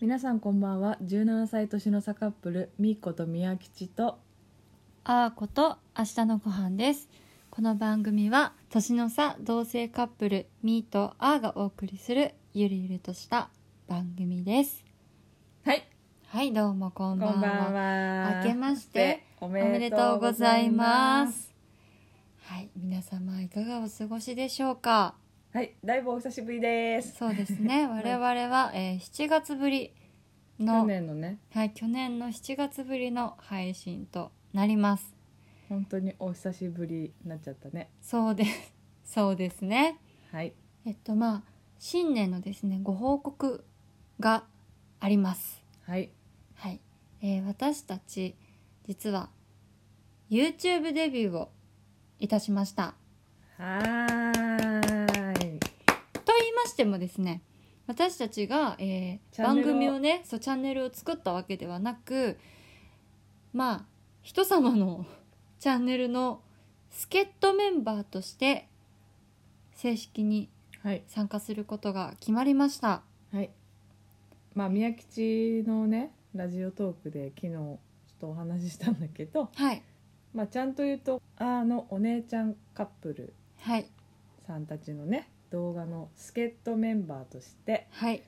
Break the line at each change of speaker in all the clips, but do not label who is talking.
皆さんこんばんは17歳年の差カップルみーことみやきちと
あーこと明日のご飯ですこの番組は年の差同性カップルミーとあーがお送りするゆるゆるとした番組です
はい
はいどうもこ
こ
ん
ん
ばん
ば
は
んは
明けまして
お
おめでとうございますはい皆様いかがお過ごしでしょうか
はいだいぶお久しぶりです
そうです ね我々は、えー7月ぶり
去
の
年のね
はい、去年の7月ぶりの配信となります
本当にお久しぶりになっちゃったね
そうですそうですね
はい
えっとまあ新年のですねご報告があります
はい
はい、えー私たち実は YouTube デビューをいたしました
はーい
と言いましてもですね私たちが、えー
チャンネ
番
ルを
組をねそうチャンネルを作ったわけではなくまあ人様の チャンネルの助っ人メンバーとして正式に
はい
参加することが決まりました
はいまあ宮吉のねラジオトークで昨日ちょっとお話ししたんだけど
はい
まあちゃんと言うとあのお姉ちゃんカップル
はい
さんたちのね動画の助っ人メンバーとして
はい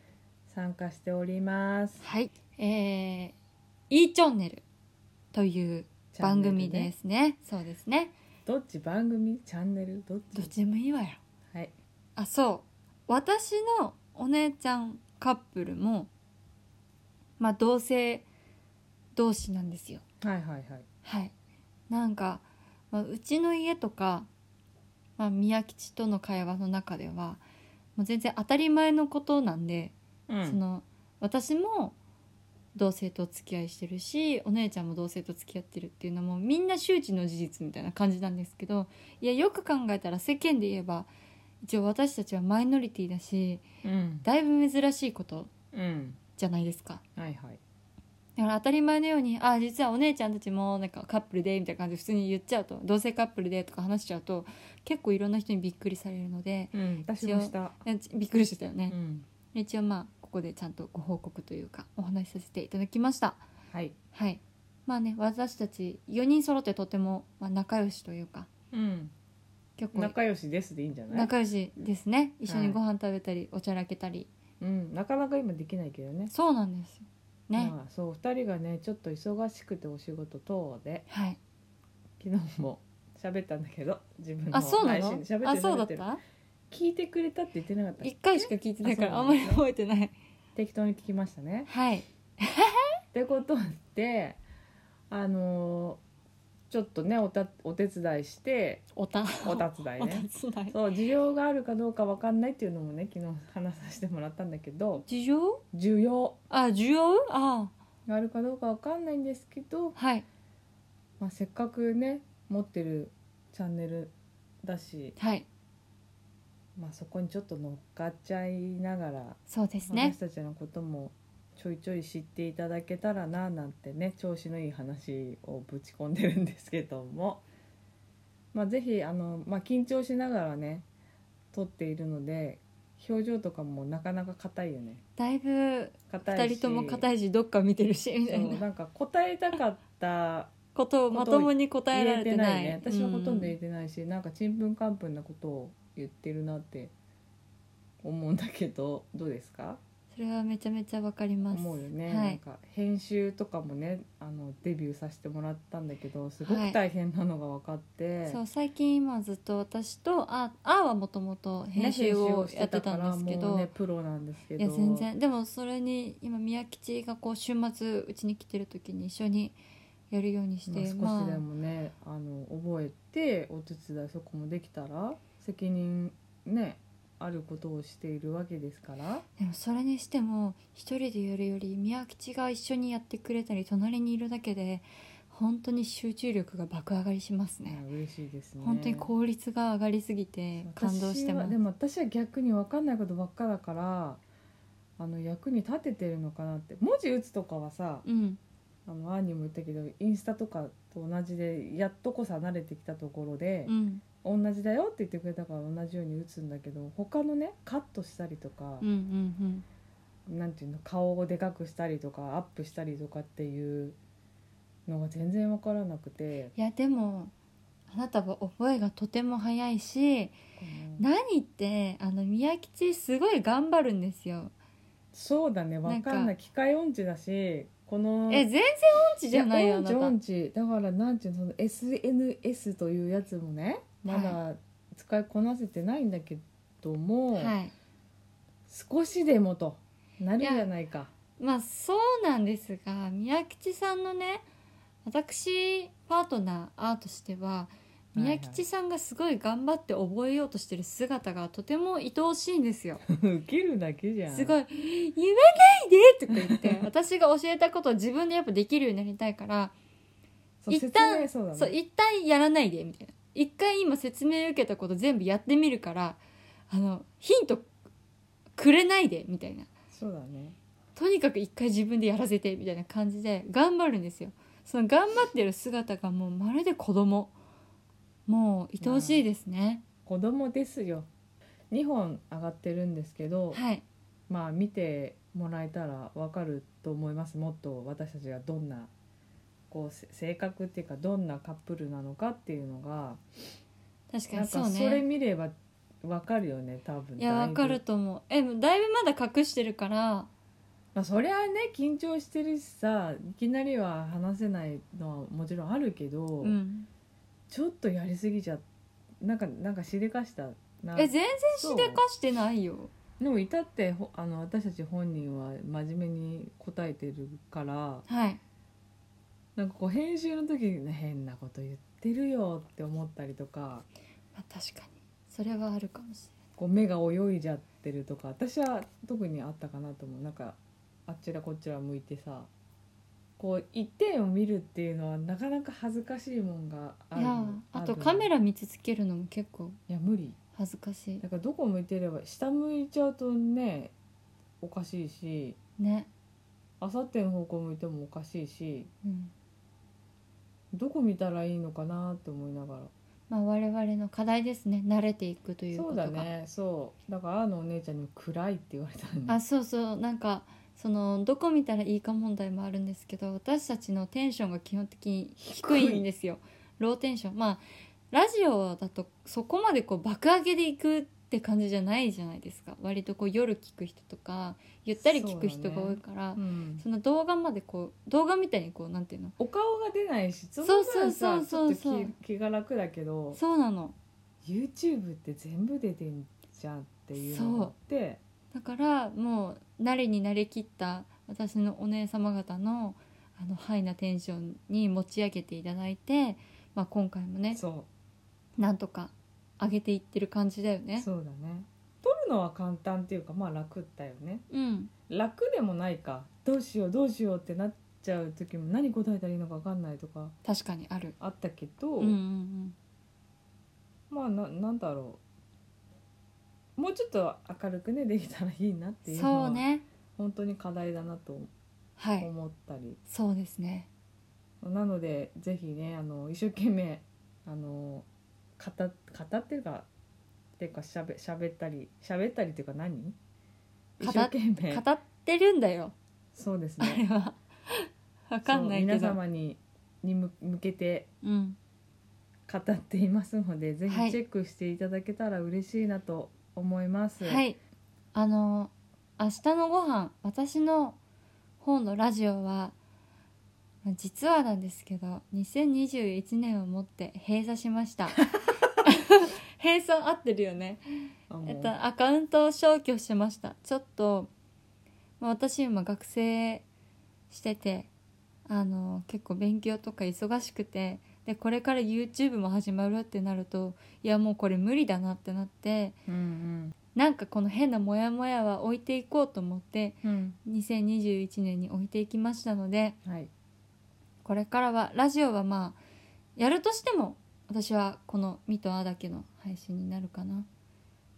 参加しております
はい、えー、E チャンネルという番組
チャンネル
で
ね
すねそうですね
どっち番組チャンネルどっち
どっちでもいいわよ
はい
あそう私のお姉ちゃんカップルもまあ同性同士なんですよ
はいはいはい
はいなんか、まあ、うちの家とか、まあ、宮吉との会話の中ではもう全然当たり前のことなんで
うん
その私も同性とお付き合いしてるしお姉ちゃんも同性と付き合ってるっていうのはもうみんな周知の事実みたいな感じなんですけどいやよく考えたら世間で言えば一応私たちはマイノリティだし
うん
だいぶ珍しいこと
うん
じゃないですか
はいはい
だから当たり前のように「あ実はお姉ちゃんたちもなんかカップルで」みたいな感じで普通に言っちゃうと同性カップルでとか話しちゃうと結構いろんな人にびっくりされるので
うん私もした
なんかびっくりしてたよ
う
ね、
ん
一応まあここでちゃんとご報告というかお話しさせていただきました
はい
はいまあね私たち4人揃ってとても、まあ、仲良しというか
うん
結構
仲良しですでいいんじゃない
仲良しですね一緒
はい
にご飯食べたりおちゃらけたり
うんなかなか今できないけどね
そうなんですよね、
まあそう二人がねちょっと忙しくてお仕事等で
はい
昨日も喋ったんだけど自分の
あそうな
配
の
信で喋っ
あ
てる
そうだ
喋っ
って
る
た
聞いてくれたって言ってなかった
1回しか聞いてないから
あ
あ
そ
ん
うな
ま
ん
り
だ
覚えてない
適当に聞きましたね
はい
ってことであのーちょっとねおたお手伝いして
おた
お手伝い
おた
ね
つない
そう需要があるかどうかわかんないっていうのもね昨日話させてもらったんだけど
需要
需要
あ需要あ
があるかどうかわかんないんですけど、
はい
まあ、せっかくね持ってるチャンネルだし、
はい
まあ、そこにちょっと乗っかっちゃいながら
そうですね
私たちのこともちょいちょい知っていただけたらななんてね調子のいい話をぶち込んでるんですけども、まあ、ぜひあの、まあ、緊張しながらね撮っているので表情とかもなかなか硬いよね
だいぶ
硬
2
いし
人とも硬いしどっか見てるしみた
そ
いうな
なんか答えたかった
ことをまともに答え
言
られ
え
て
て
な
ないいね私はほとんど言え
う
てないし、なんかちんぷんかんぷんなことを言ってるなって思うんだけどどうですか
それはめちゃめちゃわかります
思うよね、
は
なん
い
か編集とかもねあのデビューさせてもらったんだけどすご
は
く
い
大変なのが分かって、
そう最近今ずっと私とああーはもともと
ね
編集をやってた
から
んですけ
も
ど、
うねプロなんですけ
い
ど
や全然でもそれに今宮吉がこう週末うちに来てる時に一緒にやるようにして、
まあ少しでもね、あ、の覚えてお手伝いそこもできたら責任ねあることをしているわけですから
でもそれにしても一人でやるより宮吉が一緒にやってくれたり隣にいるだけで本当に集中力が爆上がりします
いや
ね
嬉しいですね
本当に効率が上がりすぎて感動してま
私は
す
でも私は逆に分かんないことばっかだからあの役に立ててるのかなって文字打つとかはさ
うん
あのアーニーも言ったけどインスタとかと同じでやっとこさ慣れてきたところで
う、ん
同じだよって言ってくれたから同じように打つんだけど他のねカットしたりとか、
うんうんうん
なんていうの顔をでかくしたりとかアップしたりとかっていうのが全然わからなくて、
いやでもあなたは覚えがとても早いし
うん
何ってあの宮吉すごい頑張るんですよ。
そうだねわかんな
な
んい機械音痴だしこの
え全然音痴じゃないよあ
音
な
痴
た。
音痴だからなんていうのその SNS というやつもねまだ使いこなせてないんだけども、
はい。
少しでもとなるじゃないか。
まあそうなんですが宮吉さんのね私パートナーアーとしては
はいはい
宮吉さんがすごい頑張って覚えようとしてる姿がとても愛おしいんですよ。
受けるだけじゃん。
すご
い。
い「言わないで!」とか言って私が教えたことを自分でやっぱできるようになりたいから
そう
一旦
説明そう
そ
だ
う
ね。
一旦やらないでみたいな一回今説明受けたこと全部やってみるからあのヒントくれないでみたいな
そうだね。
とにかく一回自分でやらせてみたいな感じで頑張るんですよその頑張ってる姿がもうまるで子供もう愛おしいですね、
子供ですよ。2本上がってるんですけど、
はい
まあ見てもらえたらわかると思います。もっと私たちがどんなこうせ性格っていうかどんなカップルなのかっていうのが
確か
な
に
ん
そう
かそれ
ね
見ればわかるよね多分。
いや
だ
わ
ぶ
かる。と思うえもうだいぶまだ隠してるから
まあそりゃね緊張してるしさいきなりは話せないのはもちろんあるけど。
うん
ちょっとやりすぎちゃなんかなんかしでかしたな
え全然しでかしてないよ
でも至ってほあの私たち本人は真面目に答えてるから
はい
なんかこう編集の時に変なこと言ってるよって思ったりとか
まあ確かにそれはあるかもし
こう目が泳いじゃってるとか私は特にあったかなと思うなんかあっちらこっちら向いてさこう一点を見るっていうのはなかなか恥ずかしいもんがあ
れない
る
いやあと
る
カメラ見続けるのも結構
いや無理
恥ずかし
なんかどこ向いてれば下向いちゃうとねおかしいし
いね、
あさっての方向向いてもおかしいし
うん
どこ見たらいいのかなって思いながら
まあ、我々の課題ですね慣れていくというこ
そう
とが
だねそうだからあーのお姉ちゃんにも「暗い」って言われたん
あそうそうなんかそのどこ見たらいいか問題もあるんですけど私たちのテンションが基本的に低いんですよローテンションまあラジオだとそこまでこう爆上げでいくって感じじゃないじゃないですか割とこう夜聞く人とかゆったり聞く人が多いからそ,、
うん、
の動画までこう動画みたいにこうなんていうの
お顔が出ないしそ
そ
の
うそう
分
そ
さ
う
ち
そ
ょ
う
っと気気が楽だけど
そうなの
YouTube って全部出てんじゃんっていうのがあって
だからもう慣れに慣れきった私のお姉様方のあのハイなテンションに持ち上げていただいて、まあ、今回もね
そ
なんとか上げていってる感じだよ
う
ね
そうだね撮るのは簡単っていうかまあ楽だよね
うん
楽でもないかどうしようどうしようってなっちゃう時も何答えたらいいのか分かんないとか
確かにある
あったけど、
うんうんうん
まあななんだろうもうちょっと明るくねできたらいいなっていうの
そう
は
ね
本当に課題だなと
はい
思ったり、
そうですね
なのでぜひねあの一生懸命あの語語ってるかっていうかしゃべしゃべったりしゃべったりっていうか何
語
一生懸命
語ってるんだよ
そうです
あれ
ね
は わかんない
そう
け
皆
ど
様にに向向けて
うん
語っていますのでぜ
は
ひ
い
チェックしていただけたら嬉しいなと思います。
はいあの明日のご飯私の本のラジオはまあ実はなんですけど2021年をもって閉鎖しました閉鎖合ってるよね
あもう
えっと、アカウントを消去しましたちょっと、まあ、私今学生しててあの結構勉強とか忙しくてでこれから YouTube も始まるってなるといやもうこれ無理だなってなって
うん
なんかこの変なモヤモヤは置いていこうと思って
うんうん
2021年に置いていきましたので
はい
これからはラジオはまあやるとしても私はこの「ミとア」だけの配信になるかな。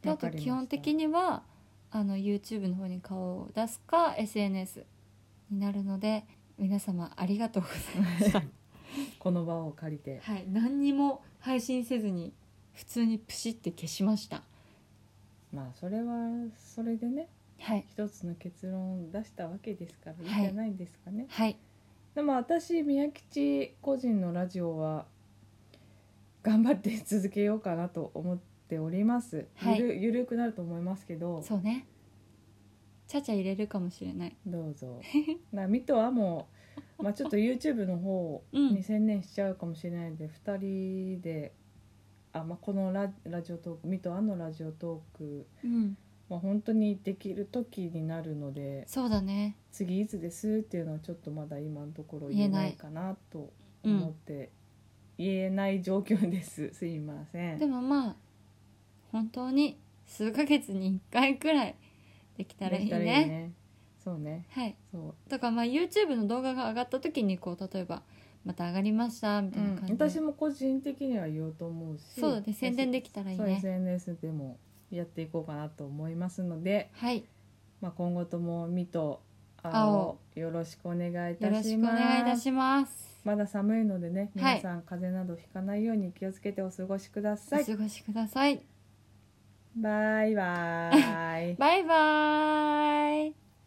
であ
わ
と
かりました
基本的にはあの YouTube の方に顔を出すか SNS になるので皆様ありがとうございました
この場を借りて
はい何にも配信せずに普通にプシって消しました
まあそれはそれでね
はい
一つの結論を出したわけですからいいじゃないですかね、
はい
でも私宮吉個人のラジオは頑張って続けようかなと思っております、
はい
ゆるゆるくなると思いますけど
そうねちゃちゃ入れるかもしれない
どうぞなミトはもう、まあ、ちょっと YouTube の方
うん
に専念しちゃうかもしれないので、2人であ、まあ、このララジオトークミトアンのラジオトーク、
うん
まあ、本当にできる時になるので
そうだね
次いつですっていうのはちょっとまだ今のところ
言
言
え
え
ない
ないかなと
う
思っ
ん
て、言えない状況です すいません
でもまあ本当に数ヶ月に1回くらいできたらいい
でき
ね
そうね
はい
そう、
だからまあ YouTube の動画が上がった時にこう例えば「また上がりました」みた
う
いな感
ん
じ、で
私も個人的には言おうと思うし
そうだね宣伝できたらいいね
そう SNS でもやっていこうかなと思いますので、
はい
まあ、今後とも「み」と「あ」
青
をよろしくお願いい
よ
た
ろ
し
しくお
ます
願いいたします
まだ寒いのでね
はい
皆さん風邪などひかないように気をつけてお過ごしくだ
お
さい、
過ごしください
バイバーイ
バイバーイ